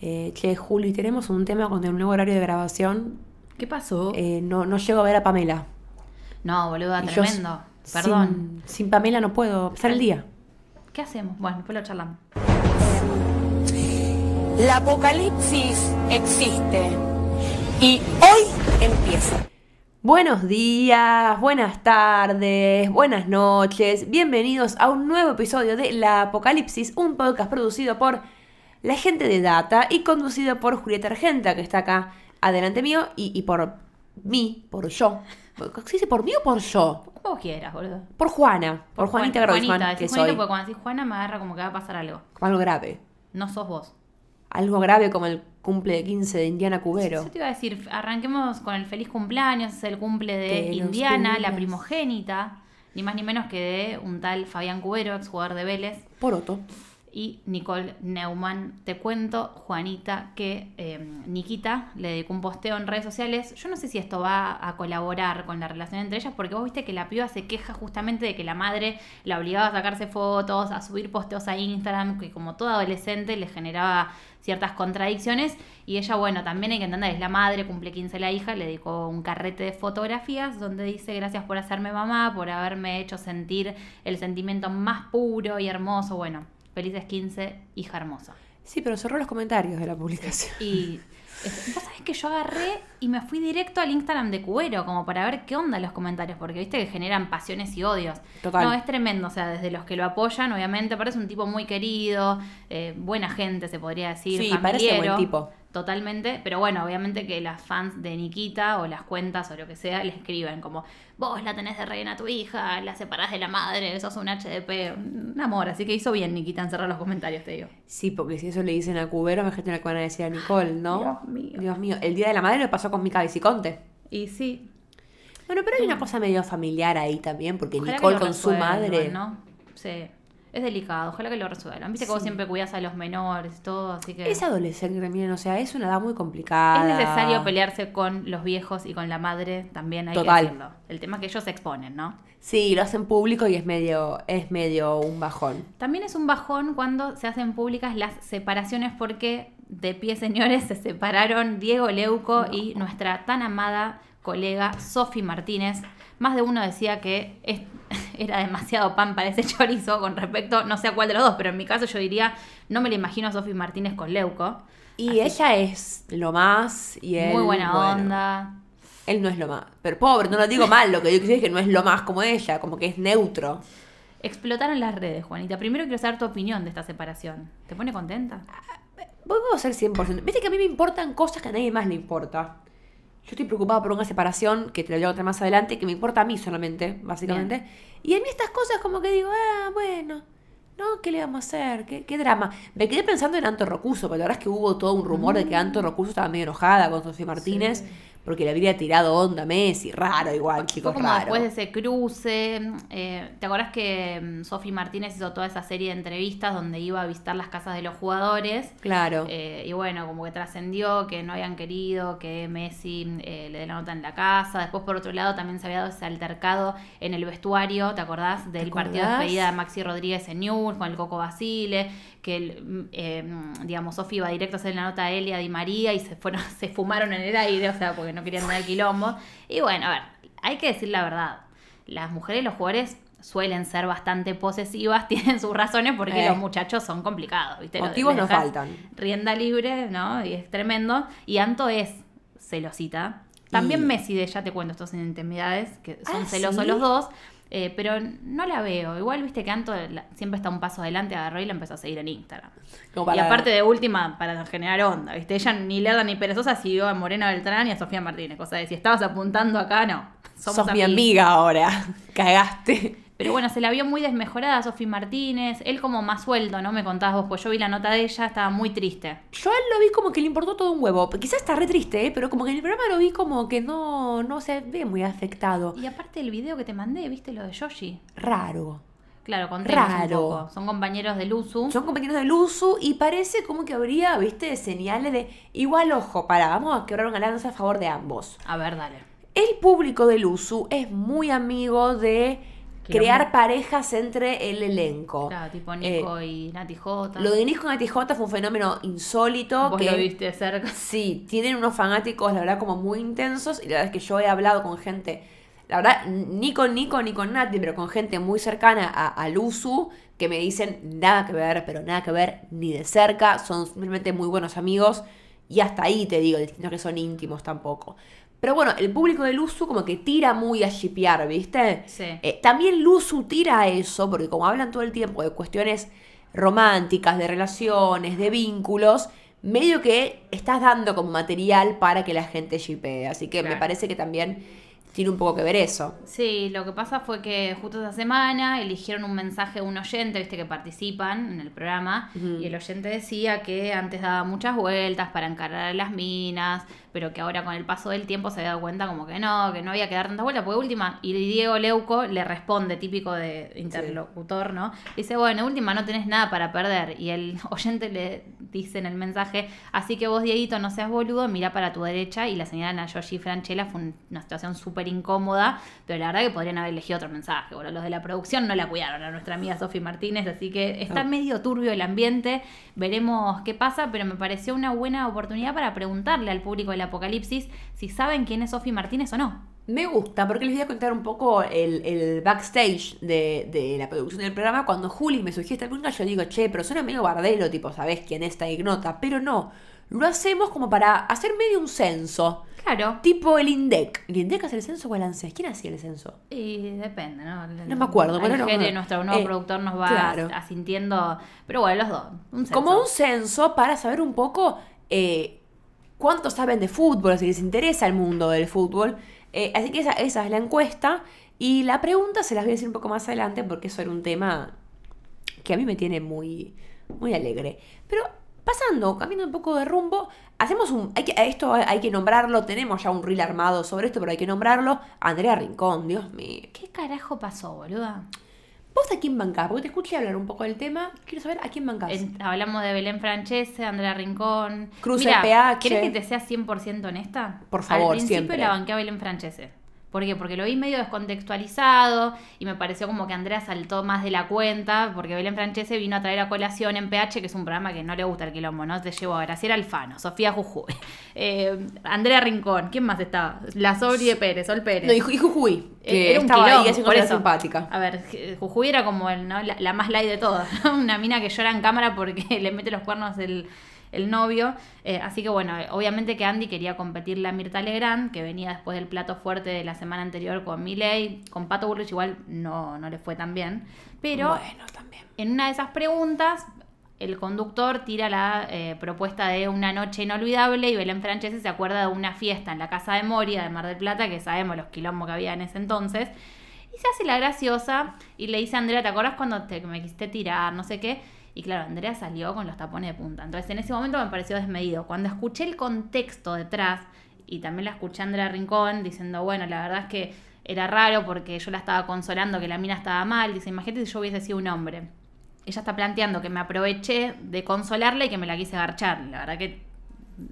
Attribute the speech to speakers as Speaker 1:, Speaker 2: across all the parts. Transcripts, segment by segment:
Speaker 1: Eh, che, Juli, tenemos un tema con un nuevo horario de grabación.
Speaker 2: ¿Qué pasó?
Speaker 1: Eh, no, no llego a ver a Pamela.
Speaker 2: no, boluda,
Speaker 1: Y yo
Speaker 2: Ah, tremendo.
Speaker 1: sin-
Speaker 2: Perdón.
Speaker 1: Sin, Pamela no puedo pasar el día.
Speaker 2: ¿Qué hacemos? Bueno, después lo charlamos.
Speaker 3: La apocalipsis existe y hoy empieza.
Speaker 1: Buenos días, buenas tardes, buenas noches. Bienvenidos a un nuevo episodio de La Apocalipsis, un podcast producido por la gente de Data y conducido por Julieta Argenta, que está acá adelante mío, y, y por mí, por yo. ¿Se dice por mí o por yo?
Speaker 2: Como vos quieras, boludo.
Speaker 1: Por Juana, por, Juanita
Speaker 2: Juan-
Speaker 1: Groisman,
Speaker 2: Juanita,
Speaker 1: que
Speaker 2: decís Juanita
Speaker 1: soy.
Speaker 2: porque cuando decís Juana me agarra como que va a pasar algo.
Speaker 1: Como Algo grave.
Speaker 2: No sos vos.
Speaker 1: Algo grave como el cumple de 15 de Indiana Cubero.
Speaker 2: Yo te iba a decir, arranquemos con el feliz cumpleaños, es el cumple de
Speaker 1: Que los
Speaker 2: Indiana, la
Speaker 1: tengas.
Speaker 2: primogénita, ni más ni menos que de un tal Fabián Cubero, exjugador de Vélez,
Speaker 1: Poroto.
Speaker 2: y Nicole Neumann. Te cuento, Juanita, que eh, Nikita le dedicó un posteo en redes sociales. Yo no sé si esto va a colaborar con la relación entre ellas, porque vos viste que la piba se queja justamente de que la madre la obligaba a sacarse fotos, a subir posteos a Instagram, que como toda adolescente le generaba ciertas contradicciones. Y ella, bueno, también hay que entender, es la madre, cumple 15 la hija, le dedicó un carrete de fotografías donde dice gracias por hacerme mamá, por haberme hecho sentir el sentimiento más puro y hermoso. Bueno, felices 15, hija hermosa.
Speaker 1: Sí, pero cerró los comentarios de la publicación.
Speaker 2: Y es- vos sabés que yo agarré y me fui directo al Instagram de Cubero, como para ver qué onda los comentarios, porque viste que generan pasiones y odios.
Speaker 1: Total.
Speaker 2: No, es tremendo, o sea, desde los que lo apoyan, obviamente, parece un tipo muy querido, eh, buena gente, se podría decir.
Speaker 1: Sí, parece
Speaker 2: familiero.
Speaker 1: buen tipo.
Speaker 2: Totalmente, pero bueno, obviamente que las fans de Nikita o las cuentas o lo que sea le escriben como vos la tenés de reina a tu hija, la separás de la madre, sos un HDP, un amor, así que hizo bien Nikita en cerrar los comentarios, te digo.
Speaker 1: Sí, porque si eso le dicen a Cubero, imagínate lo que van a decir a Nicole, ¿no?
Speaker 2: Dios mío.
Speaker 1: Dios mío. El Día de la Madre lo pasó con Mica Viciconte.
Speaker 2: Y sí,
Speaker 1: Bueno, pero hay una cosa medio familiar ahí también, porque
Speaker 2: Mm. ojalá que
Speaker 1: Nicole
Speaker 2: lo
Speaker 1: con su
Speaker 2: resuelvan,
Speaker 1: madre.
Speaker 2: ¿no? Sí, es delicado, ojalá que lo resuelvan. Viste que vos
Speaker 1: Sí.
Speaker 2: siempre cuidás a los menores y todo, así que
Speaker 1: Es adolescente también, o sea, es una edad muy
Speaker 2: es
Speaker 1: complicada.
Speaker 2: necesario pelearse con los viejos y con la madre, también hay
Speaker 1: Total.
Speaker 2: que decirlo. El tema es que ellos se exponen, ¿no?
Speaker 1: Sí, lo hacen público y es medio, es medio un bajón.
Speaker 2: También es un bajón cuando se hacen públicas las separaciones porque de pie, señores, se separaron Diego Leuco y nuestra tan amada colega Sofi Martínez. Más de uno decía que es- era demasiado pan para ese chorizo con respecto, no sé a cuál de los dos, pero en mi caso yo diría, no me lo imagino a Sofi Martínez con Leuco.
Speaker 1: Y ella es lo más y él.
Speaker 2: Muy buena
Speaker 1: bueno,
Speaker 2: onda.
Speaker 1: Él no es lo más. Pero pobre, no lo digo mal, lo que yo quiero decir es que no es lo más como ella, como que es neutro.
Speaker 2: Explotaron las redes, Juanita. Primero quiero saber tu opinión de esta separación. ¿Te pone contenta?
Speaker 1: Vos a ser 100%. Viste que a mí me importan cosas que a nadie más le importa. Yo estoy preocupada por una separación que te lo voy a contar más adelante, que me importa a mí solamente, básicamente. Y a mí estas cosas como que digo, ah, bueno, no, ¿qué le vamos a hacer? ¿Qué, qué drama? Me quedé pensando en Anto Rocuso, pero la verdad es que hubo todo un rumor de que
Speaker 2: Mm.
Speaker 1: Anto Rocuso estaba medio enojada con Sofía Martínez porque le habría tirado onda a Messi. Raro igual,
Speaker 2: Fue
Speaker 1: chicos,
Speaker 2: como
Speaker 1: raro.
Speaker 2: después de ese cruce. eh, ¿Te acordás que mm, Sofi Martínez hizo toda esa serie de entrevistas donde iba a visitar las casas de los jugadores?
Speaker 1: Claro.
Speaker 2: Eh, y bueno, como que trascendió que no habían querido que Messi eh, le dé la nota en la casa. Después, por otro lado, también se había dado ese altercado en el vestuario, ¿te acordás? Del partido de
Speaker 1: acordás?
Speaker 2: despedida de Maxi Rodríguez en News con el Coco Basile, que, el, mm, eh, mm, digamos, Sofi iba directo a hacer la nota a él y a Di María y se fueron, se fumaron en el aire, o sea, porque no querían tener quilombo. Y bueno, a ver, hay que decir la verdad. Las mujeres y los jugadores suelen ser bastante posesivas, tienen sus razones porque
Speaker 1: Eh.
Speaker 2: los muchachos son complicados, ¿viste? Lo-
Speaker 1: Motivos
Speaker 2: le
Speaker 1: no
Speaker 2: dejás
Speaker 1: faltan.
Speaker 2: Rienda libre, ¿no? Y es tremendo. Y Anto es celosita. También
Speaker 1: Y-
Speaker 2: Messi de ya te cuento estas intimidades, que son
Speaker 1: Ah,
Speaker 2: celosos
Speaker 1: ¿sí?
Speaker 2: los dos. eh, pero no la veo. Igual viste que Anto la- siempre está un paso adelante, agarró y la empezó a seguir en Instagram.
Speaker 1: Como para-
Speaker 2: Y aparte de última, para generar onda, ¿viste? Ella ni lerda ni perezosa siguió a Morena Beltrán y a Sofía Martínez. Cosa de si estabas apuntando acá, no. Somos
Speaker 1: Sos mi
Speaker 2: amigas.
Speaker 1: amiga ahora. Cagaste.
Speaker 2: Pero bueno, se la vio muy desmejorada Sofía Martínez. Él como más suelto, ¿no? Me contabas vos, pues yo vi la nota de ella, estaba muy triste.
Speaker 1: Yo a él lo vi como que le importó todo un huevo. Quizás está re triste, ¿eh? pero como que en el programa lo vi como que no, no se ve muy afectado.
Speaker 2: Y aparte el video que te mandé, ¿viste lo de Yoshi?
Speaker 1: Raro.
Speaker 2: Claro, contemos un
Speaker 1: Raro.
Speaker 2: poco. Son compañeros del USU.
Speaker 1: Son compañeros del uso y parece como que habría, viste, señales de igual ojo, para, vamos a quebrar una lanza a favor de ambos.
Speaker 2: A ver, dale.
Speaker 1: El público del uso es muy amigo de crear parejas entre el elenco.
Speaker 2: Claro, tipo Nico
Speaker 1: Eh,
Speaker 2: y Nati J.
Speaker 1: Lo de Nico y J fue un fenómeno insólito.
Speaker 2: Vos
Speaker 1: que
Speaker 2: lo viste de cerca.
Speaker 1: Sí, tienen unos fanáticos, la verdad, como muy intensos. Y la verdad es que yo he hablado con gente, la verdad, ni con Nico ni con Nati, pero con gente muy cercana a, a Luzu, que me dicen nada que ver, pero nada que ver, ni de cerca. Son simplemente muy buenos amigos. Y hasta ahí te digo, no que son íntimos tampoco. Pero bueno, el público de Luzu como que tira muy a shipear, ¿viste?
Speaker 2: Sí.
Speaker 1: Eh, también Luzu tira a eso, porque como hablan todo el tiempo de cuestiones románticas, de relaciones, de vínculos, medio que estás dando como material para que la gente shipee. Así que me
Speaker 2: Claro.
Speaker 1: parece que también tiene un poco que ver eso.
Speaker 2: Sí, lo que pasa fue que justo esa semana eligieron un mensaje de un oyente, viste que participan en el programa, y el oyente decía que antes daba muchas vueltas para encarar a las minas, pero que ahora con el paso del tiempo se había dado cuenta como que no, que no había que dar tantas vueltas, porque última, y Diego Leuco le responde, típico de interlocutor, ¿no? Dice, bueno, última, no tenés nada para perder, y el oyente le dice en el mensaje, así que vos, Dieguito, no seas boludo, mira para tu derecha, y la señora Nayoshi Franchella fue un- una situación súper incómoda, pero la verdad que podrían haber elegido otro mensaje. Bueno, los de la producción no la cuidaron a nuestra amiga Sofi Martínez, así que está medio turbio el ambiente. Veremos qué pasa, pero me pareció una buena oportunidad para preguntarle al público del Apocalipsis si saben quién es Sofi Martínez o no.
Speaker 1: Me gusta, porque les voy a contar un poco el, el backstage de, de la producción del programa. Cuando Juli me surgió esta pregunta, yo digo, che, pero suena medio bardero, tipo, ¿sabés quién es esta ignota? Pero no, lo hacemos como para hacer medio un censo.
Speaker 2: Claro.
Speaker 1: Tipo el INDEC. ¿El INDEC hace el censo o el ANSES? ¿Quién hacía el censo?
Speaker 2: Y depende, ¿no?
Speaker 1: No me acuerdo,
Speaker 2: Ahí
Speaker 1: bueno, no,
Speaker 2: Jere,
Speaker 1: no.
Speaker 2: nuestro nuevo
Speaker 1: Eh,
Speaker 2: productor, nos va
Speaker 1: claro.
Speaker 2: asintiendo. Pero bueno, los dos. un censo.
Speaker 1: Como un censo para saber un poco eh, cuánto saben de fútbol, si les interesa el mundo del fútbol. Eh, así que esa, esa es la encuesta. Y la pregunta se las voy a decir un poco más adelante porque eso era un tema que a mí me tiene muy, muy alegre. Pero pasando, cambiando un poco de rumbo, hacemos un... Hay que, esto hay que nombrarlo, tenemos ya un reel armado sobre esto, pero hay que nombrarlo. Andrea Rincón, Dios mío.
Speaker 2: ¿Qué carajo pasó, boluda?
Speaker 1: ¿Vos a quién bancás? Porque te escuché hablar un poco del tema. Quiero saber a quién bancás.
Speaker 2: En- hablamos de Belén Francese, Andrea Rincón.
Speaker 1: Cruz
Speaker 2: Mira,
Speaker 1: LPH.
Speaker 2: ¿Querés que te sea 100% honesta?
Speaker 1: Por favor,
Speaker 2: Al principio
Speaker 1: siempre.
Speaker 2: la banqué a Belén Francese. ¿Por qué? Porque lo vi medio descontextualizado y me pareció como que Andrea saltó más de la cuenta, porque Belén Francese vino a traer a colación en PH, que es un programa que no le gusta el quilombo, ¿no? Te llevo a Graciela Alfano, Sofía Jujuy, eh, Andrea Rincón, ¿quién más estaba? La Sobri de Pérez, Sol Pérez.
Speaker 1: No, y Ju- y Jujuy, que
Speaker 2: Eh, Era un
Speaker 1: estaba
Speaker 2: quilombo,
Speaker 1: ahí haciendo
Speaker 2: por
Speaker 1: una
Speaker 2: eso.
Speaker 1: simpática.
Speaker 2: A ver, je- Jujuy era como el, ¿no? la, la más light de todas, ¿no? una mina que llora en cámara porque le mete los cuernos el, el novio. Eh, así que bueno, obviamente que Andy quería competirle a Mirta Legrand, que venía después del plato fuerte de la semana anterior con Miley, con Pato Burrich igual no, no le fue tan bien. Pero
Speaker 1: Bueno, también.
Speaker 2: en una de esas preguntas, el conductor tira la eh, propuesta de una noche inolvidable y Belén Francese se acuerda de una fiesta en la casa de Moria de Mar del Plata, que sabemos los quilombos que había en ese entonces. Y se hace la graciosa y le dice a Andrea, ¿te acordás cuando te, me quisiste tirar? No sé qué. Y claro, Andrea salió con los tapones de punta. Entonces en ese momento me pareció desmedido. Cuando escuché el contexto detrás y también la escuché a Andrea Rincón diciendo, bueno, la verdad es que era raro porque yo la estaba consolando que la mina estaba mal. Dice, imagínate si yo hubiese sido un hombre. Ella está planteando que me aproveché de consolarla y que me la quise garchar. La verdad que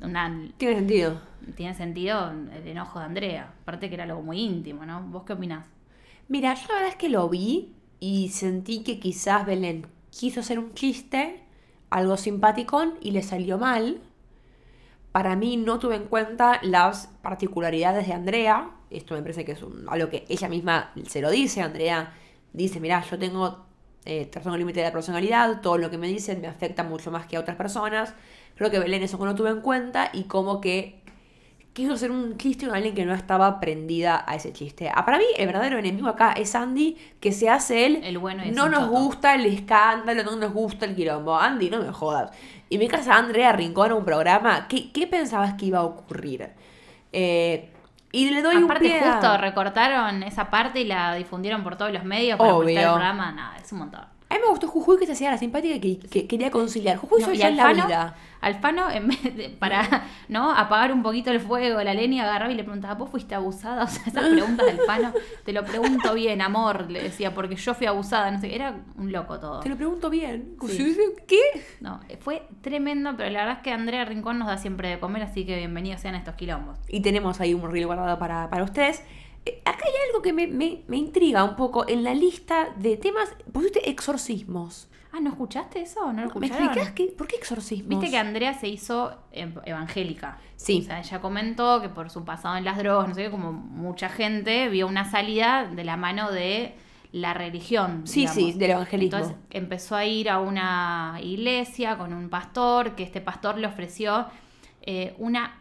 Speaker 2: una
Speaker 1: Tiene sentido.
Speaker 2: tiene sentido el enojo de Andrea. Aparte que era algo muy íntimo, ¿no? ¿Vos qué opinás?
Speaker 1: Mira, yo la verdad es que lo vi y sentí que quizás Belén quiso hacer un chiste, algo simpaticón, y le salió mal. Para mí no tuve en cuenta las particularidades de Andrea. Esto me parece que es un- algo que ella misma se lo dice. Andrea dice, mira, yo tengo eh, trastorno límite de la personalidad, todo lo que me dicen me afecta mucho más que a otras personas. Creo que Belén eso no lo tuve en cuenta y como que quiso hacer un chiste con alguien que no estaba prendida a ese chiste. Ah, para mí, el verdadero enemigo acá es Andy, que se hace él.
Speaker 2: El bueno y es
Speaker 1: No
Speaker 2: un
Speaker 1: nos
Speaker 2: choto.
Speaker 1: gusta el escándalo, no nos gusta el quilombo. Andy, no me jodas. Y me casa Andrea Rincón a un programa. ¿Qué, qué pensabas que iba a ocurrir? Eh, y le doy
Speaker 2: Aparte
Speaker 1: un pie a-
Speaker 2: justo recortaron esa parte y la difundieron por todos los medios para publicitar el
Speaker 1: Obvio.
Speaker 2: programa. Nada, es un montón.
Speaker 1: A mí me gustó Jujuy que se hacía la simpática que, que quería conciliar. Jujuy
Speaker 2: No,
Speaker 1: soy
Speaker 2: y
Speaker 1: yo en la
Speaker 2: Alfano,
Speaker 1: vida.
Speaker 2: Alfano, en vez de- para no apagar un poquito el fuego, la leña, agarraba y le preguntaba, ¿vos fuiste abusada? O sea, esas preguntas de Alfano, te lo pregunto bien, amor, le decía, porque yo fui abusada, no sé, era un loco todo.
Speaker 1: Te lo pregunto bien.
Speaker 2: Sí.
Speaker 1: ¿Qué?
Speaker 2: No, fue tremendo, pero la verdad es que Andrea Rincón nos da siempre de comer, así que bienvenidos sean estos quilombos.
Speaker 1: Y tenemos ahí un reel guardado para, para ustedes. eh, acá hay algo que me, me- me intriga un poco. En la lista de temas, pusiste exorcismos.
Speaker 2: Ah, ¿no escuchaste eso? ¿No lo
Speaker 1: ¿Me
Speaker 2: escucharon?
Speaker 1: explicás qué, por qué exorcismos?
Speaker 2: Viste que Andrea se hizo eh, evangélica.
Speaker 1: Sí.
Speaker 2: O sea, ella comentó que por su pasado en las drogas, no sé qué, como mucha gente vio una salida de la mano de la religión.
Speaker 1: Sí, sí, del evangelismo.
Speaker 2: Entonces empezó a ir a una iglesia con un pastor, que este pastor le ofreció eh, una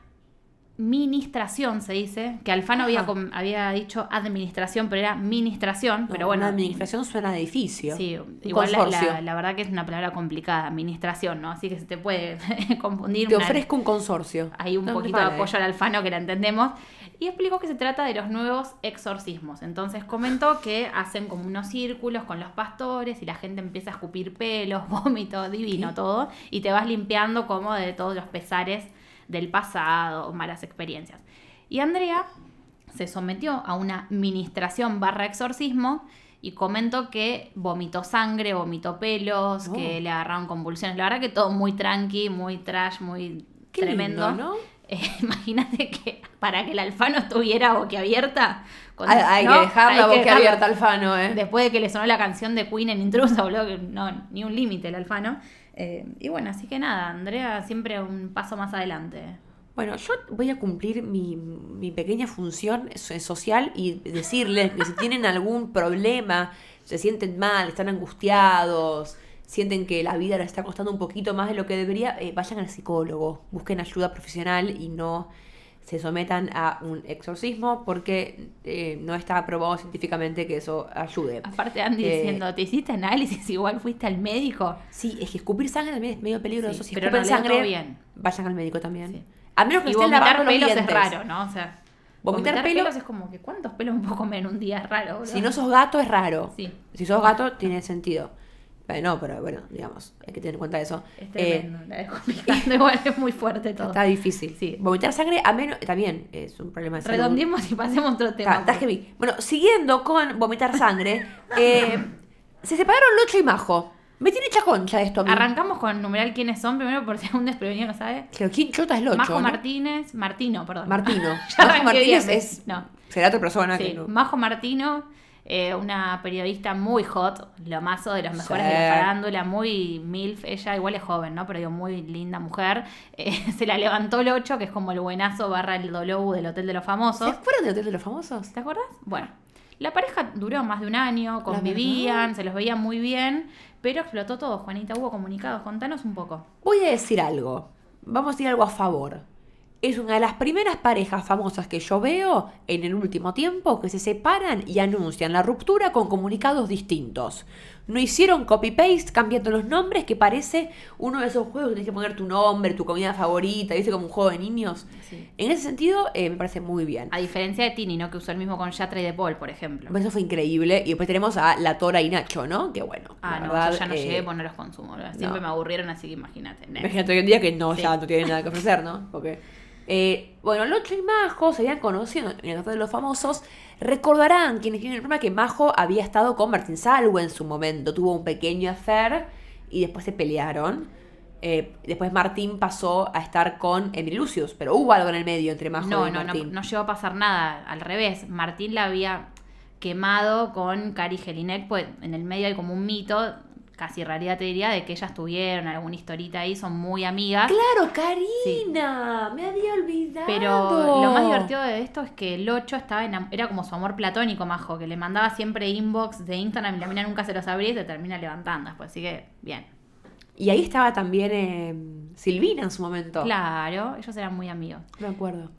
Speaker 2: ministración, se dice, que Alfano
Speaker 1: Ajá.
Speaker 2: había, com- había dicho administración, pero era ministración,
Speaker 1: No,
Speaker 2: pero bueno.
Speaker 1: Una administración suena a edificio.
Speaker 2: Sí,
Speaker 1: Un
Speaker 2: igual la,
Speaker 1: consorcio.
Speaker 2: la- la verdad que es una palabra complicada, administración, ¿no? Así que se te puede confundir.
Speaker 1: Te
Speaker 2: una-
Speaker 1: ofrezco un consorcio.
Speaker 2: Hay un
Speaker 1: No, no
Speaker 2: poquito
Speaker 1: es
Speaker 2: de
Speaker 1: mala,
Speaker 2: apoyo
Speaker 1: eh.
Speaker 2: al alfano que la entendemos. Y explicó que se trata de los nuevos exorcismos. Entonces comentó que hacen como unos círculos con los pastores y la gente empieza a escupir pelos, vómitos, divino todo. Y te vas limpiando como de todos los pesares del pasado, malas experiencias. Y Andrea se sometió a una ministración barra exorcismo y comentó que vomitó sangre, vomitó pelos,
Speaker 1: Oh.
Speaker 2: que le agarraron convulsiones. La verdad que todo muy tranqui, muy trash, muy
Speaker 1: Qué
Speaker 2: tremendo.
Speaker 1: lindo, ¿no?
Speaker 2: Eh, Imagínate que para que el alfano estuviera boquiabierta. con-
Speaker 1: Hay, hay
Speaker 2: ¿no?
Speaker 1: que dejar la
Speaker 2: Hay que
Speaker 1: boca
Speaker 2: dejarlo.
Speaker 1: abierta al fano, ¿eh?
Speaker 2: Después de que le sonó la canción de Queen en intruso, boludo, que no, ni un límite el alfano. Eh, y bueno, así que nada, Andrea siempre un paso más adelante.
Speaker 1: Bueno, yo voy a cumplir mi, mi pequeña función so- social y decirles que si tienen algún problema, se sienten mal, están angustiados, sienten que la vida les está costando un poquito más de lo que debería, eh, vayan al psicólogo, busquen ayuda profesional y no se sometan a un exorcismo porque eh, no está probado científicamente que eso ayude.
Speaker 2: Aparte Andy
Speaker 1: Eh,
Speaker 2: diciendo, ¿te hiciste análisis? Igual fuiste al médico.
Speaker 1: Sí, es que escupir sangre también es medio peligroso.
Speaker 2: Sí,
Speaker 1: si
Speaker 2: pero
Speaker 1: escupen
Speaker 2: en realidad
Speaker 1: sangre,
Speaker 2: todo bien.
Speaker 1: vayan al médico también.
Speaker 2: Sí.
Speaker 1: A menos que
Speaker 2: Y
Speaker 1: estén
Speaker 2: vomitar
Speaker 1: lavando los
Speaker 2: pelos es
Speaker 1: dientes.
Speaker 2: raro, ¿no? O sea,
Speaker 1: Vomitar pelos-
Speaker 2: pelos es como que ¿cuántos pelos puedo comer en un día? Es raro, boludo.
Speaker 1: Si no sos gato es raro.
Speaker 2: Sí.
Speaker 1: Si sos gato tiene sentido. Pero no, pero bueno, digamos, hay que tener en cuenta eso.
Speaker 2: Es
Speaker 1: Eh,
Speaker 2: tremendo, la dejo picando, igual es muy fuerte todo.
Speaker 1: está difícil.
Speaker 2: Sí.
Speaker 1: Vomitar sangre a menos también es un problema de salud.
Speaker 2: Redondiemos y pasemos a otro tema.
Speaker 1: Está- está heavy. Bueno, siguiendo con vomitar sangre, eh, se separaron Locho y Majo. Me tiene hecha concha esto a mí.
Speaker 2: Arrancamos con numeral quiénes son, primero por si algún desprevenido no sabe.
Speaker 1: Claro, ¿Quién chota es Locho?
Speaker 2: Majo
Speaker 1: no?
Speaker 2: Martínez, Martino, perdón.
Speaker 1: Martino.
Speaker 2: Ya
Speaker 1: Majo
Speaker 2: arranqué
Speaker 1: Martínez
Speaker 2: bien.
Speaker 1: es.
Speaker 2: No.
Speaker 1: Será otra persona
Speaker 2: Sí,
Speaker 1: que no.
Speaker 2: Majo Martino, eh, una periodista muy hot, lo mazo de los mejores
Speaker 1: Sí.
Speaker 2: de la farándula, muy milf, ella igual es joven, ¿no? Pero digo, muy linda mujer. Eh, se la levantó el 8, que es como el buenazo barra el W del Hotel de los
Speaker 1: ¿Se
Speaker 2: Famosos.
Speaker 1: acuerdan del Hotel de los Famosos?
Speaker 2: ¿Te acuerdas? Bueno, la pareja duró más de un año,
Speaker 1: La
Speaker 2: convivían, se los veía muy bien, pero explotó todo. Juanita, hubo comunicados, contanos un poco.
Speaker 1: Voy a decir algo. Vamos a decir algo a favor. Es una de las primeras parejas famosas que yo veo en el último tiempo que se separan y anuncian la ruptura con comunicados distintos. No hicieron copy-paste cambiando los nombres que parece uno de esos juegos que tienes que poner tu nombre, tu comida favorita, ¿viste? Como un juego de niños.
Speaker 2: Sí.
Speaker 1: En ese sentido, eh, me parece muy bien.
Speaker 2: A diferencia de Tini, ¿no? Que usó el mismo con Yatra y De Paul, por ejemplo.
Speaker 1: Eso fue increíble. Y después tenemos a La Tora y Nacho, ¿no? Que bueno.
Speaker 2: Ah,
Speaker 1: la
Speaker 2: no,
Speaker 1: verdad,
Speaker 2: yo ya no
Speaker 1: eh,
Speaker 2: llegué, pues no los consumo. boludo. Siempre
Speaker 1: no.
Speaker 2: me aburrieron, así que imagínate. nah.
Speaker 1: Imagínate hoy en día que no,
Speaker 2: Sí.
Speaker 1: ya no tienen nada que ofrecer, ¿no? Porque. eh, bueno, Locho y Majo se habían conocido en el Café de los Famosos. Recordarán quienes tienen el problema que Majo había estado con Martín Salvo en su momento. Tuvo un pequeño affair y después se pelearon. Eh, después Martín pasó a estar con Emil Lucius, pero hubo algo en el medio entre Majo
Speaker 2: No,
Speaker 1: y
Speaker 2: no, no,
Speaker 1: Martín.
Speaker 2: no llegó a pasar nada. Al revés, Martín la había quemado con Cari Gelinek, pues en el medio hay como un mito, casi realidad te diría, de que ellas tuvieron alguna historita ahí, son muy amigas.
Speaker 1: Claro, Karina, me había olvidado.
Speaker 2: Pero lo más divertido de esto es que el 8 estaba enam- era como su amor platónico, Majo, que le mandaba siempre inbox de Instagram y la mina nunca se los abría y se termina levantando después. Así que, bien.
Speaker 1: Y ahí estaba también eh, Silvina en su momento.
Speaker 2: Claro, ellos eran muy amigos.
Speaker 1: Me acuerdo.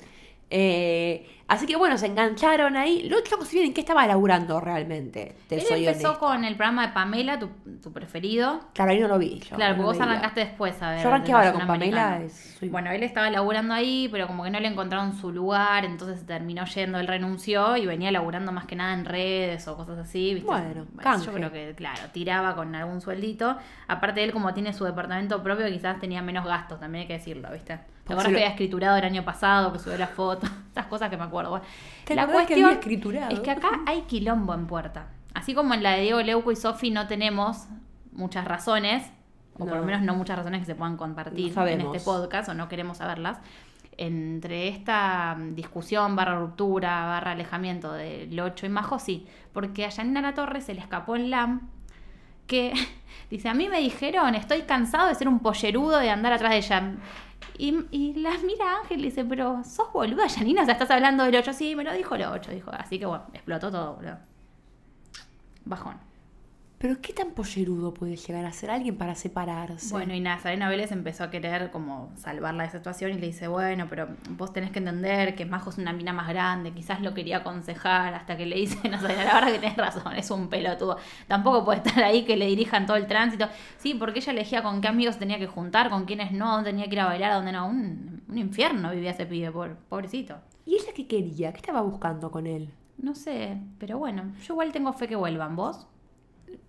Speaker 1: Eh, así que bueno, se engancharon ahí. Los chicos, si bien, ¿en qué estaba laburando realmente? Te
Speaker 2: Él
Speaker 1: soy
Speaker 2: empezó
Speaker 1: honesta.
Speaker 2: con el programa de Pamela, tu, tu preferido.
Speaker 1: Claro, ahí no lo vi. yo,
Speaker 2: claro,
Speaker 1: no
Speaker 2: porque
Speaker 1: lo
Speaker 2: vos
Speaker 1: veía.
Speaker 2: arrancaste después a ver.
Speaker 1: Yo arranqué
Speaker 2: de
Speaker 1: ahora
Speaker 2: Nación
Speaker 1: con Pamela,
Speaker 2: Americana.
Speaker 1: es- soy-
Speaker 2: Bueno, él estaba laburando ahí, pero como que no le encontraron su lugar, entonces terminó yendo, él renunció y venía laburando más que nada en redes o cosas así, ¿viste?
Speaker 1: Bueno,
Speaker 2: yo
Speaker 1: canje.
Speaker 2: creo que, claro, tiraba con algún sueldito. Aparte, él como tiene su departamento propio, quizás tenía menos gastos, también hay que decirlo, ¿viste? ¿Te acuerdas
Speaker 1: se lo-
Speaker 2: que había escriturado el año pasado, que subió la foto? Esas cosas que me acuerdo. Bueno,
Speaker 1: ¿Te
Speaker 2: la
Speaker 1: acordás que
Speaker 2: cuestión
Speaker 1: había escriturado?
Speaker 2: es que acá hay quilombo en puerta. Así como en la de Diego Leuco y Sofi no tenemos muchas razones, o por
Speaker 1: No.
Speaker 2: lo menos no muchas razones que se puedan compartir
Speaker 1: No
Speaker 2: en
Speaker 1: sabemos.
Speaker 2: este podcast o no queremos saberlas. entre esta mm, discusión, barra ruptura, barra alejamiento del 8 y Majo, sí, porque a Yanina La Torre se le escapó el LAM que dice, a mí me dijeron, estoy cansado de ser un pollerudo de andar atrás de ella. Y, y la mira Ángel y le dice, pero sos boluda, Yanina, o sea, estás hablando del 8, sí, me lo dijo el 8, dijo, así que bueno, explotó todo, boludo. Bajón.
Speaker 1: Pero qué tan pollerudo puede llegar a ser alguien para separarse.
Speaker 2: Bueno, y nada, Serena Vélez empezó a querer como salvarla de esa situación y le dice, bueno, pero vos tenés que entender que Majo es una mina más grande, quizás lo quería aconsejar hasta que le dicen, o sea, la verdad que tenés razón, es un pelotudo. Tampoco puede estar ahí que le dirijan todo el tránsito. Sí, porque ella elegía con qué amigos tenía que juntar, con quiénes no, dónde tenía que ir a bailar, dónde no. Un, un infierno vivía ese pibe, pobre- pobrecito.
Speaker 1: ¿Y ella qué quería? ¿Qué estaba buscando con él?
Speaker 2: No sé, pero bueno, yo igual tengo fe que vuelvan, ¿vos?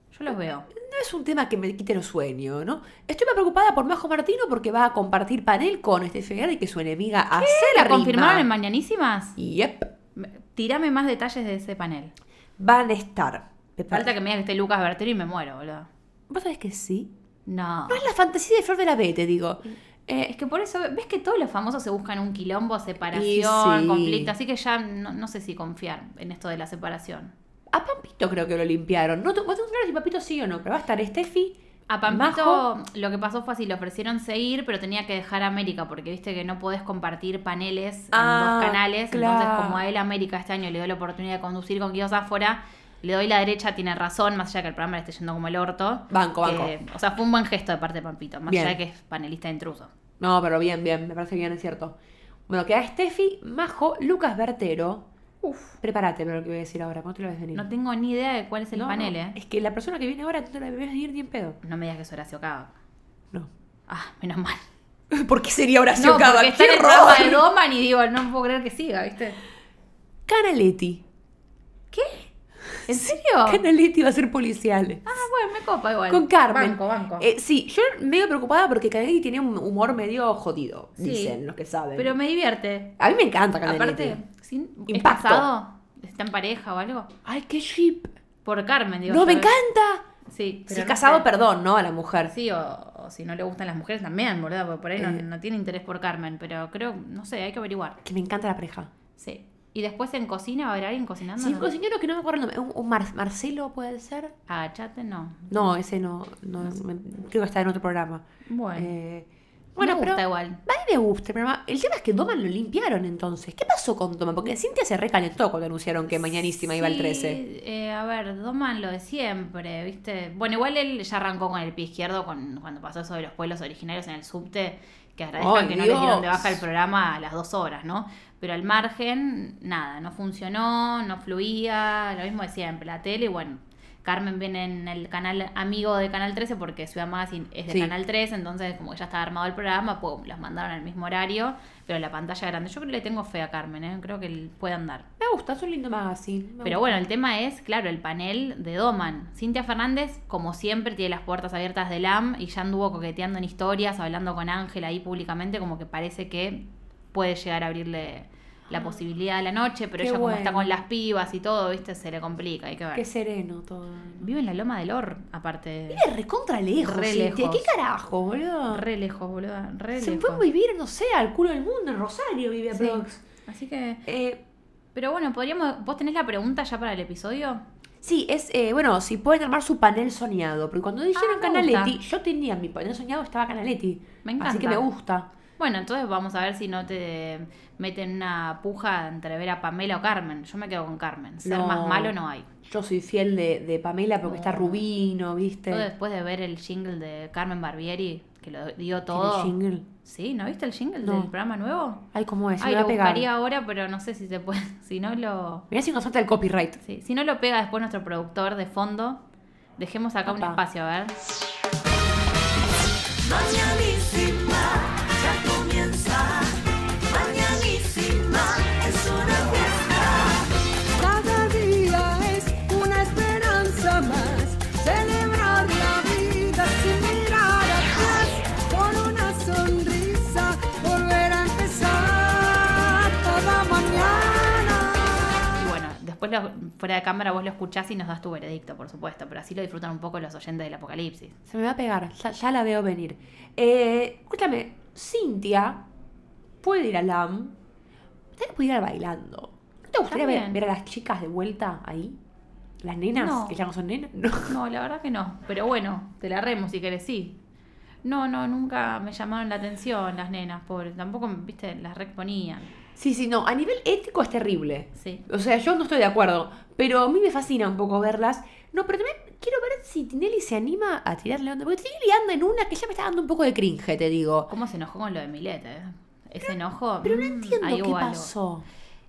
Speaker 2: Yo los veo.
Speaker 1: No es un tema que me quite los sueños, ¿no? Estoy más preocupada por Majo Martino porque va a compartir panel con este Ferrari, que es su enemiga
Speaker 2: ¿La
Speaker 1: Acela
Speaker 2: confirmaron en Mañanísimas?
Speaker 1: Yep.
Speaker 2: Tirame más detalles de ese panel.
Speaker 1: Van a estar.
Speaker 2: Falta que me diga que esté Lucas Bertero y me muero, boludo.
Speaker 1: ¿Vos sabés que sí?
Speaker 2: No.
Speaker 1: No es la fantasía de Flor de la B, te digo.
Speaker 2: Eh, es que por eso, ves que todos los famosos se buscan un quilombo,
Speaker 1: Y
Speaker 2: separación,
Speaker 1: sí.
Speaker 2: conflicto, así que ya no, no sé si confiar en esto de la separación.
Speaker 1: A Pampito creo que lo limpiaron. No, te- vos no sabes si Pampito sí o no, pero va a estar Steffi.
Speaker 2: A Pampito
Speaker 1: Majo.
Speaker 2: lo que pasó fue así, le ofrecieron seguir, pero tenía que dejar América, porque viste que no podés compartir paneles en
Speaker 1: Ah,
Speaker 2: dos canales,
Speaker 1: claro.
Speaker 2: entonces como a él América este año le dio la oportunidad de conducir con Guido Sáfora, le doy la derecha, tiene razón, más allá de que el programa le esté yendo como el orto.
Speaker 1: Banco,
Speaker 2: que-
Speaker 1: banco.
Speaker 2: O sea, fue un buen gesto de parte de Pampito, más
Speaker 1: Bien.
Speaker 2: allá de que es panelista de intruso.
Speaker 1: No, pero bien, bien, me parece bien, es cierto. Bueno, queda Steffi, Majo, Lucas Bertero. Uf. Prepárate para lo que voy a decir ahora, ¿cómo te lo ves venir?
Speaker 2: No tengo ni idea de cuál es el
Speaker 1: No,
Speaker 2: panel,
Speaker 1: no,
Speaker 2: ¿eh?
Speaker 1: Es que la persona que viene ahora tú te la ves venir ni en pedo.
Speaker 2: No me digas que es Horacio Cava.
Speaker 1: No.
Speaker 2: Ah, menos mal.
Speaker 1: ¿Por qué sería Horacio
Speaker 2: no,
Speaker 1: Cava?
Speaker 2: porque está en
Speaker 1: ¡Qué
Speaker 2: el programa de
Speaker 1: horror!
Speaker 2: Doman y digo, no puedo creer que siga, ¿viste?
Speaker 1: Canaletti.
Speaker 2: ¿Qué? ¿En serio?
Speaker 1: Canaletti va a ser policial.
Speaker 2: Oh. Ah, bueno, me copa igual.
Speaker 1: Con Carmen.
Speaker 2: Banco, banco.
Speaker 1: Eh, sí, yo medio preocupada porque Canaletti tiene un humor medio jodido,
Speaker 2: Sí.
Speaker 1: dicen los que saben.
Speaker 2: Pero me divierte.
Speaker 1: A mí me encanta Canaletti.
Speaker 2: Aparte, sin, ¿es
Speaker 1: Impacto.
Speaker 2: casado? ¿Está en pareja o algo?
Speaker 1: Ay, qué chip.
Speaker 2: Por Carmen, digo.
Speaker 1: No,
Speaker 2: yo.
Speaker 1: me encanta.
Speaker 2: Sí,
Speaker 1: Si
Speaker 2: pero no
Speaker 1: casado,
Speaker 2: sé.
Speaker 1: perdón, ¿no? A la mujer.
Speaker 2: Sí, o, o si no le gustan las mujeres también, boludo, porque por ahí no,
Speaker 1: Eh.
Speaker 2: no tiene interés por Carmen, pero creo, no sé, hay que averiguar.
Speaker 1: Que me encanta la pareja.
Speaker 2: Sí. Y después en cocina, ¿va a haber alguien cocinando?
Speaker 1: Sí,
Speaker 2: Ah, No
Speaker 1: un
Speaker 2: sé.
Speaker 1: cocinero que no me acuerdo el nombre. Un, un Mar- Marcelo puede ser.
Speaker 2: Agachate, Ah, no.
Speaker 1: No, ese no. no me- creo que está en otro programa.
Speaker 2: Bueno.
Speaker 1: Eh, bueno,
Speaker 2: bueno, me
Speaker 1: pero.
Speaker 2: gusta igual.
Speaker 1: A mí me gusta el programa. El tema es que Doman lo limpiaron entonces. ¿Qué pasó con Doman? Porque Cintia se recalentó cuando anunciaron que mañanísima iba el
Speaker 2: Sí,
Speaker 1: 13.
Speaker 2: eh, a ver, Doman lo de siempre, ¿viste? Bueno, igual él ya arrancó con el pie izquierdo con, cuando pasó eso de los pueblos originarios en el subte, que agradezcan
Speaker 1: ¡Ay,
Speaker 2: que no le dieron
Speaker 1: Dios!
Speaker 2: de baja el programa a las dos horas, ¿no? Pero al margen, nada, no funcionó, no fluía, lo mismo de siempre, la tele, y bueno. Carmen viene en el canal amigo de Canal 13 porque Ciudad Magazine es de
Speaker 1: Sí.
Speaker 2: Canal 13, entonces como que ya estaba armado el programa, pum, los mandaron al mismo horario, pero la pantalla grande. Yo creo que le tengo fe a Carmen, ¿eh? creo que él puede andar.
Speaker 1: Me gusta, es un lindo magazine. me
Speaker 2: Pero
Speaker 1: gusta.
Speaker 2: bueno, el tema es, claro, el panel de Doman. Cintia Fernández, como siempre, tiene las puertas abiertas del AM y ya anduvo coqueteando en historias, hablando con Ángel ahí públicamente, como que parece que puede llegar a abrirle la posibilidad a la noche,
Speaker 1: Ah.
Speaker 2: pero
Speaker 1: Qué
Speaker 2: ella como está
Speaker 1: bueno.
Speaker 2: con las pibas y todo, ¿viste? Se le complica, hay que ver.
Speaker 1: Qué sereno todo. Vive
Speaker 2: Vive en la Loma del Or, aparte.
Speaker 1: recontra lejos.
Speaker 2: Re
Speaker 1: Cintia.
Speaker 2: lejos.
Speaker 1: ¿Qué carajo, boludo?
Speaker 2: Re lejos, boluda, re
Speaker 1: se
Speaker 2: lejos.
Speaker 1: fue a vivir, no sé, al culo del mundo, en Rosario vive
Speaker 2: Sí.
Speaker 1: aprox.
Speaker 2: Así que...
Speaker 1: Eh,
Speaker 2: Pero bueno, podríamos... ¿Vos tenés la pregunta ya para el episodio?
Speaker 1: sí, es, eh, bueno, si pueden armar su panel soñado. Porque cuando dijeron
Speaker 2: Ah, me
Speaker 1: Canaletti,
Speaker 2: gusta.
Speaker 1: yo tenía mi panel soñado, estaba Canaletti.
Speaker 2: Me
Speaker 1: Así que
Speaker 2: encanta.
Speaker 1: me gusta.
Speaker 2: Bueno, entonces vamos a ver si no te meten una puja entre ver a Pamela o Carmen. Yo me quedo con Carmen. Ser
Speaker 1: No.
Speaker 2: más malo no hay.
Speaker 1: Yo soy fiel de, de Pamela porque
Speaker 2: No.
Speaker 1: está Rubino, ¿viste?
Speaker 2: Yo después Oh. de ver el jingle de Carmen Barbieri, que lo dio
Speaker 1: Tiene
Speaker 2: todo.
Speaker 1: jingle.
Speaker 2: ¿Sí? ¿No viste el jingle
Speaker 1: No.
Speaker 2: del programa nuevo?
Speaker 1: Ay, ¿cómo es?
Speaker 2: Ay,
Speaker 1: me va
Speaker 2: lo
Speaker 1: a pegar.
Speaker 2: buscaría ahora, pero no sé si se puede. Si no lo.
Speaker 1: Mirá si nos falta el copyright.
Speaker 2: sí, Si no lo pega después nuestro productor de fondo, dejemos acá un
Speaker 1: Apa.
Speaker 2: espacio, a ver.
Speaker 4: Mañanísima, ya comienza. Mañanísima, es una fiesta. Cada día es una esperanza más. Celebrar la vida sin mirar atrás. Con una sonrisa, volver a empezar cada mañana.
Speaker 2: Y bueno, después lo- fuera de cámara vos lo escuchás y nos das tu veredicto, por supuesto. Pero así lo disfrutan un poco los oyentes del apocalipsis.
Speaker 1: Se me va a pegar, ya, ya la veo venir. Eh, escúchame, Cintia puede ir a LAM, ustedes pueden ir al bailando. ¿No te gustaría ver,
Speaker 2: También.
Speaker 1: ver a las chicas de vuelta ahí? ¿Las nenas?
Speaker 2: No.
Speaker 1: ¿Que ya no son nenas? No.
Speaker 2: No, la verdad que no. Pero bueno, te la remo si querés, sí. No, no, nunca me llamaron la atención las nenas, pobre. Tampoco, viste, las reexponían.
Speaker 1: Sí, sí, no. A nivel ético es terrible.
Speaker 2: Sí.
Speaker 1: O sea, yo no estoy de acuerdo, pero a mí me fascina un poco verlas. No, pero también quiero ver si Tinelli se anima a tirarle onda. Porque Tinelli anda en una que ya me está dando un poco de cringe, te digo.
Speaker 2: ¿Cómo se enojó con lo de Milet, eh? Ese enojo.
Speaker 1: Pero no
Speaker 2: mm,
Speaker 1: entiendo
Speaker 2: ahí
Speaker 1: qué
Speaker 2: hubo algo.
Speaker 1: pasó.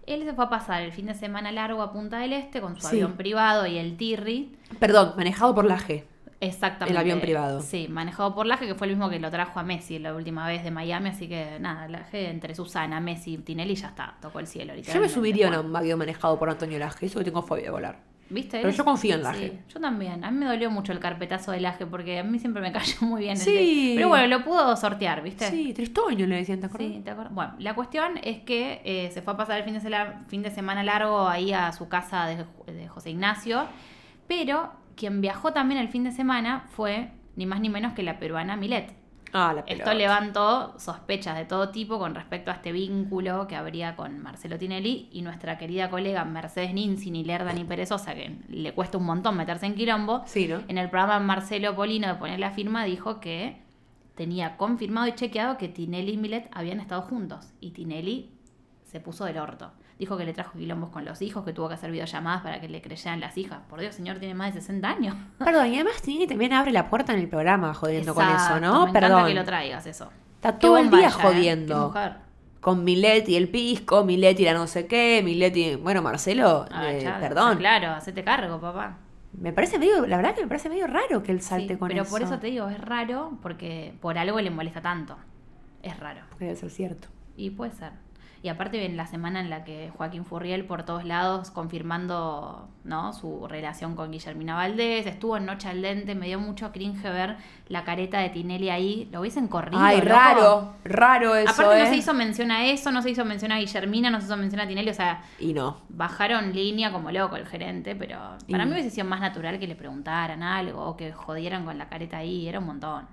Speaker 2: Él se fue a pasar el fin de semana largo a Punta del Este con su
Speaker 1: Sí.
Speaker 2: avión privado y el Tirri.
Speaker 1: Perdón, manejado por la G.
Speaker 2: Exactamente.
Speaker 1: El avión privado.
Speaker 2: Sí, manejado por Laje, que fue el mismo que lo trajo a Messi la última vez de Miami. Así que nada, Laje entre Susana, Messi, Tinelli ya está, tocó el cielo.
Speaker 1: Yo me
Speaker 2: literalmente.
Speaker 1: subiría a
Speaker 2: Bueno,
Speaker 1: un avión manejado por Antonio Laje, eso que tengo fobia de volar.
Speaker 2: ¿Viste?
Speaker 1: pero yo confío en Laje.
Speaker 2: Sí, yo también. A mí me dolió mucho el carpetazo de Laje porque a mí siempre me cayó muy bien. el
Speaker 1: Sí.
Speaker 2: de- Pero bueno, lo pudo sortear, ¿viste?
Speaker 1: Sí, Tristoño le decían, ¿te acuerdas?
Speaker 2: Sí, ¿te acuerdas? Bueno, la cuestión es que eh, se fue a pasar el fin de, sela- fin de semana largo ahí a su casa de, de José Ignacio, pero quien viajó también el fin de semana fue ni más ni menos que la peruana Milet.
Speaker 1: Ah, la pelota.
Speaker 2: Esto levantó sospechas de todo tipo con respecto a este vínculo que habría con Marcelo Tinelli y nuestra querida colega Mercedes Ninzi, ni lerda ni perezosa, que le cuesta un montón meterse en quilombo.
Speaker 1: Sí, ¿no?
Speaker 2: En el programa Marcelo Polino de Poner la Firma dijo que tenía confirmado y chequeado que Tinelli y Milet habían estado juntos y Tinelli se puso del orto. Dijo que le trajo quilombos con los hijos, que tuvo que hacer videollamadas para que le creyeran las hijas. Por Dios, señor, tiene más de 60 años.
Speaker 1: Perdón, y además Tinelli también abre la puerta en el programa jodiendo con eso,
Speaker 2: Exacto,
Speaker 1: ¿no?
Speaker 2: me encanta
Speaker 1: Perdón.
Speaker 2: que lo traigas eso.
Speaker 1: Está
Speaker 2: Qué
Speaker 1: todo el
Speaker 2: bomba
Speaker 1: día
Speaker 2: ella, ¿eh? Qué
Speaker 1: jodiendo.
Speaker 2: mujer.
Speaker 1: Con Milet y el pisco, Milet y la no sé qué, Milet y... Bueno, Marcelo,
Speaker 2: Ah,
Speaker 1: eh,
Speaker 2: ya,
Speaker 1: perdón.
Speaker 2: Claro, hacete cargo, papá.
Speaker 1: Me parece medio, la verdad que me parece medio raro que él salte
Speaker 2: Sí,
Speaker 1: con
Speaker 2: pero
Speaker 1: eso.
Speaker 2: por eso te digo, es raro porque por algo le molesta tanto. Es raro.
Speaker 1: Porque debe ser cierto.
Speaker 2: Y puede ser. Y aparte viene la semana en la que Joaquín Furriel por todos lados confirmando ¿no? su relación con Guillermina Valdés, estuvo en Noche al Dente, me dio mucho cringe ver la careta de Tinelli ahí, lo hubiesen corrido.
Speaker 1: Ay,
Speaker 2: loco.
Speaker 1: raro, raro eso,
Speaker 2: Aparte
Speaker 1: ¿eh?
Speaker 2: no se hizo mención a eso, no se hizo mención a Guillermina, no se hizo mención a Tinelli, o sea,
Speaker 1: Y no.
Speaker 2: bajaron línea como loco el gerente, pero para
Speaker 1: Y-
Speaker 2: mí hubiese sido más natural que le preguntaran algo o que jodieran con la careta ahí, era un montón.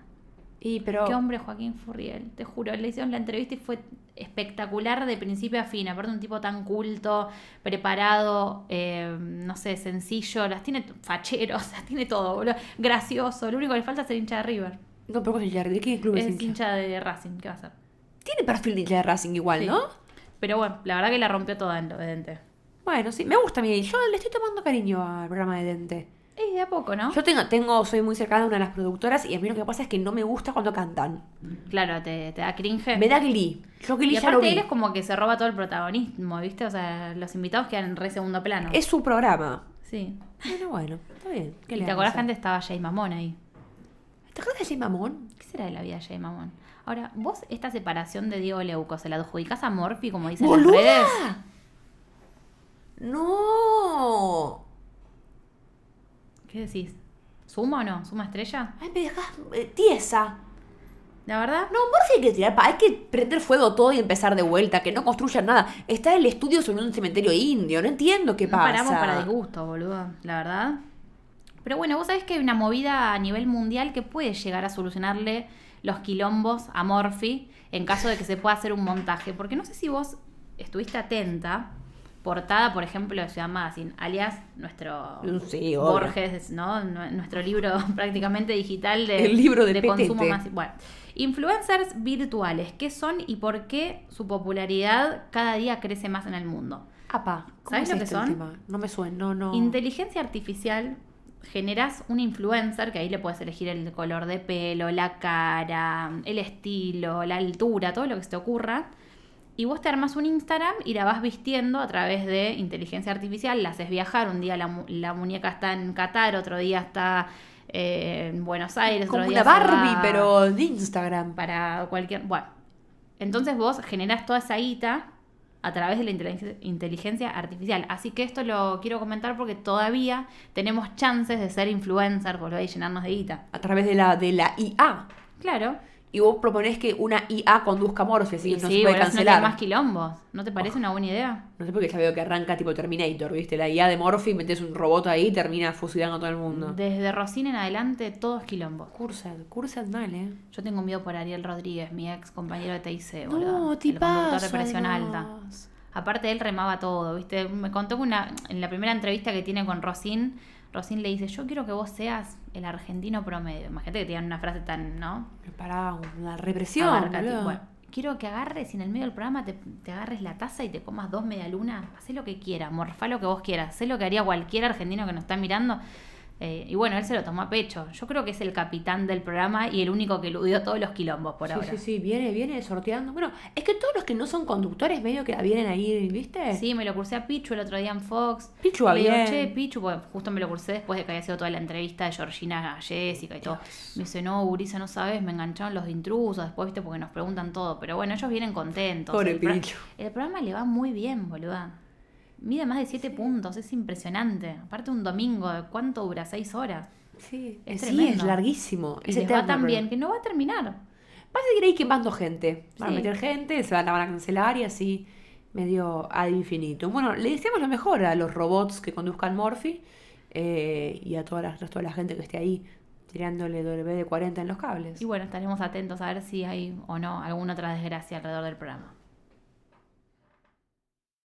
Speaker 1: Y pero...
Speaker 2: Qué hombre Joaquín Furriel, te juro, le hicieron la entrevista y fue espectacular de principio a fin, aparte un tipo tan culto, preparado, eh, no sé, sencillo, las tiene t- facheros, las tiene todo, boludo, gracioso, lo único que le falta es el hincha de River,
Speaker 1: No, pero ¿cómo es hincha de- ¿De qué club es
Speaker 2: es
Speaker 1: hincha?
Speaker 2: hincha de Racing, ¿qué va a hacer?
Speaker 1: Tiene perfil de hincha de Racing igual,
Speaker 2: Sí.
Speaker 1: ¿no?
Speaker 2: Pero bueno, la verdad que la rompió toda en lo de Dente.
Speaker 1: Bueno, sí, me gusta a mí. Yo le estoy tomando cariño al programa de Dente.
Speaker 2: Eh, de a poco, ¿no?
Speaker 1: Yo tengo, tengo, soy muy cercana a una de las productoras y a mí lo que pasa es que no me gusta cuando cantan.
Speaker 2: Claro, te, te da cringe.
Speaker 1: Me da glee. Yo glee
Speaker 2: Y
Speaker 1: ya lo
Speaker 2: aparte
Speaker 1: vi.
Speaker 2: él es como que se roba todo el protagonismo, ¿viste? O sea, los invitados quedan en re segundo plano.
Speaker 1: Es su programa.
Speaker 2: Sí.
Speaker 1: Bueno, bueno, está bien. ¿Qué
Speaker 2: ¿Y
Speaker 1: le vamos a
Speaker 2: te acordás que
Speaker 1: hacer?
Speaker 2: antes estaba Jay Mamón ahí?
Speaker 1: ¿Te acuerdas de Jay Mamón?
Speaker 2: ¿Qué será de la vida de Jay Mamón? Ahora, vos esta separación de Diego Leuco, ¿se la adjudicás a Morphy, como dicen las redes?
Speaker 1: ¡Boluda! ¡No!
Speaker 2: ¿Qué decís? ¿Suma o no? ¿Suma estrella?
Speaker 1: Ay, me dejás eh, tiesa.
Speaker 2: La verdad,
Speaker 1: No, Morphy hay que tirar, pa- hay que prender fuego todo y empezar de vuelta, que no construyan nada. Está el estudio sobre un cementerio indio, no entiendo qué
Speaker 2: no
Speaker 1: pasa.
Speaker 2: paramos para disgusto, boludo, la verdad. Pero bueno, vos sabés que hay una movida a nivel mundial que puede llegar a solucionarle los quilombos a Morphy en caso de que se pueda hacer un montaje. Porque no sé si vos estuviste atenta, portada, por ejemplo, de Ciudad Magazine, alias nuestro
Speaker 1: Sí, obvio.
Speaker 2: Borges, ¿no? Nue- Nuestro libro prácticamente digital de,
Speaker 1: El libro de
Speaker 2: consumo
Speaker 1: Petete.
Speaker 2: masivo. Bueno, influencers virtuales, ¿qué son y por qué su popularidad cada día crece más en el mundo?
Speaker 1: Apa, ¿cómo
Speaker 2: ¿Sabés
Speaker 1: es
Speaker 2: lo que
Speaker 1: este
Speaker 2: son?
Speaker 1: tema? No me suena, no, no.
Speaker 2: Inteligencia artificial, generas un influencer, que ahí le puedes elegir el color de pelo, la cara, el estilo, la altura, todo lo que se te ocurra. Y vos te armas un Instagram y la vas vistiendo a través de inteligencia artificial, la haces viajar, un día la, mu- la muñeca está en Qatar, otro día está eh, en Buenos Aires,
Speaker 1: Como
Speaker 2: otro día
Speaker 1: una
Speaker 2: se
Speaker 1: Barbie,
Speaker 2: va-
Speaker 1: pero de Instagram.
Speaker 2: para cualquier. Bueno, entonces vos generás toda esa guita a través de la inteligencia- inteligencia artificial. Así que esto lo quiero comentar porque todavía tenemos chances de ser influencer, boludo, y llenarnos de guita.
Speaker 1: A través de la, de la IA.
Speaker 2: Claro.
Speaker 1: y vos proponés que una IA conduzca amor, si
Speaker 2: Y
Speaker 1: no
Speaker 2: sí,
Speaker 1: se puede
Speaker 2: boludo, si no tiene
Speaker 1: cancelar.
Speaker 2: más quilombos. ¿No te parece una buena idea?
Speaker 1: No sé por qué ya veo que arranca tipo Terminator, ¿viste? La IA de Morphy, metes un robot ahí y termina fusilando a todo el mundo.
Speaker 2: Desde Rocín en adelante, todo es quilombo.
Speaker 1: Cursad, cursad mal, ¿eh?
Speaker 2: Yo tengo un video por Ariel Rodríguez, mi ex compañero de TIC,
Speaker 1: No,
Speaker 2: boludo. el
Speaker 1: tipazo,
Speaker 2: conductor de presión alta.
Speaker 1: además.
Speaker 2: Aparte, él remaba todo, ¿viste? Me contó que una, en la primera entrevista que tiene con Rocín, Rocín le dice, yo quiero que vos seas el argentino promedio. Imagínate que tienen una frase tan, ¿no?
Speaker 1: Pará, una represión.
Speaker 2: Abarca,
Speaker 1: boludo.
Speaker 2: tipo, bueno, quiero que agarres y en el medio del programa te, te agarres la taza y te comas dos medialunas. Hacé lo que quiera, morfá lo que vos quieras. Hacé lo que haría cualquier argentino que nos está mirando. Eh, y bueno, él se lo tomó a pecho. Yo creo que es el capitán del programa y el único que eludió todos los quilombos por
Speaker 1: sí,
Speaker 2: ahora.
Speaker 1: sí, sí, viene, viene sorteando. Bueno, es que todos los que no son conductores medio que la vienen ahí, ¿viste?
Speaker 2: Sí, me lo cursé a Pichu el otro día en Fox.
Speaker 1: Eh. Pichu
Speaker 2: Le
Speaker 1: va
Speaker 2: digo,
Speaker 1: bien.
Speaker 2: che, Pichu, porque justo me lo cursé después de que había sido toda la entrevista de Georgina a Jessica y todo. Me dice, no, Gurisa, no sabes, me engancharon los intrusos después, viste, porque nos preguntan todo. Pero bueno, ellos vienen contentos.
Speaker 1: Pobre
Speaker 2: el, pro-
Speaker 1: Pichu.
Speaker 2: el programa le va muy bien, boluda. Mide más de 7 puntos, es impresionante. Aparte un domingo, ¿cuánto dura? 6 horas.
Speaker 1: Sí,
Speaker 2: Es
Speaker 1: es,
Speaker 2: tremendo.
Speaker 1: larguísimo.
Speaker 2: Y
Speaker 1: es
Speaker 2: les va
Speaker 1: eterno,
Speaker 2: tan
Speaker 1: pero-
Speaker 2: bien que no va a terminar.
Speaker 1: Parece que ir ahí quemando gente. Van
Speaker 2: Sí.
Speaker 1: a meter gente, se van, la van a cancelar y así medio ad infinito. Bueno, le deseamos lo mejor a los robots que conduzcan Morphy eh, y a toda la, resto de la gente que esté ahí tirándole W40 en los cables.
Speaker 2: Y bueno, estaremos atentos a ver si hay o no alguna otra desgracia alrededor del programa.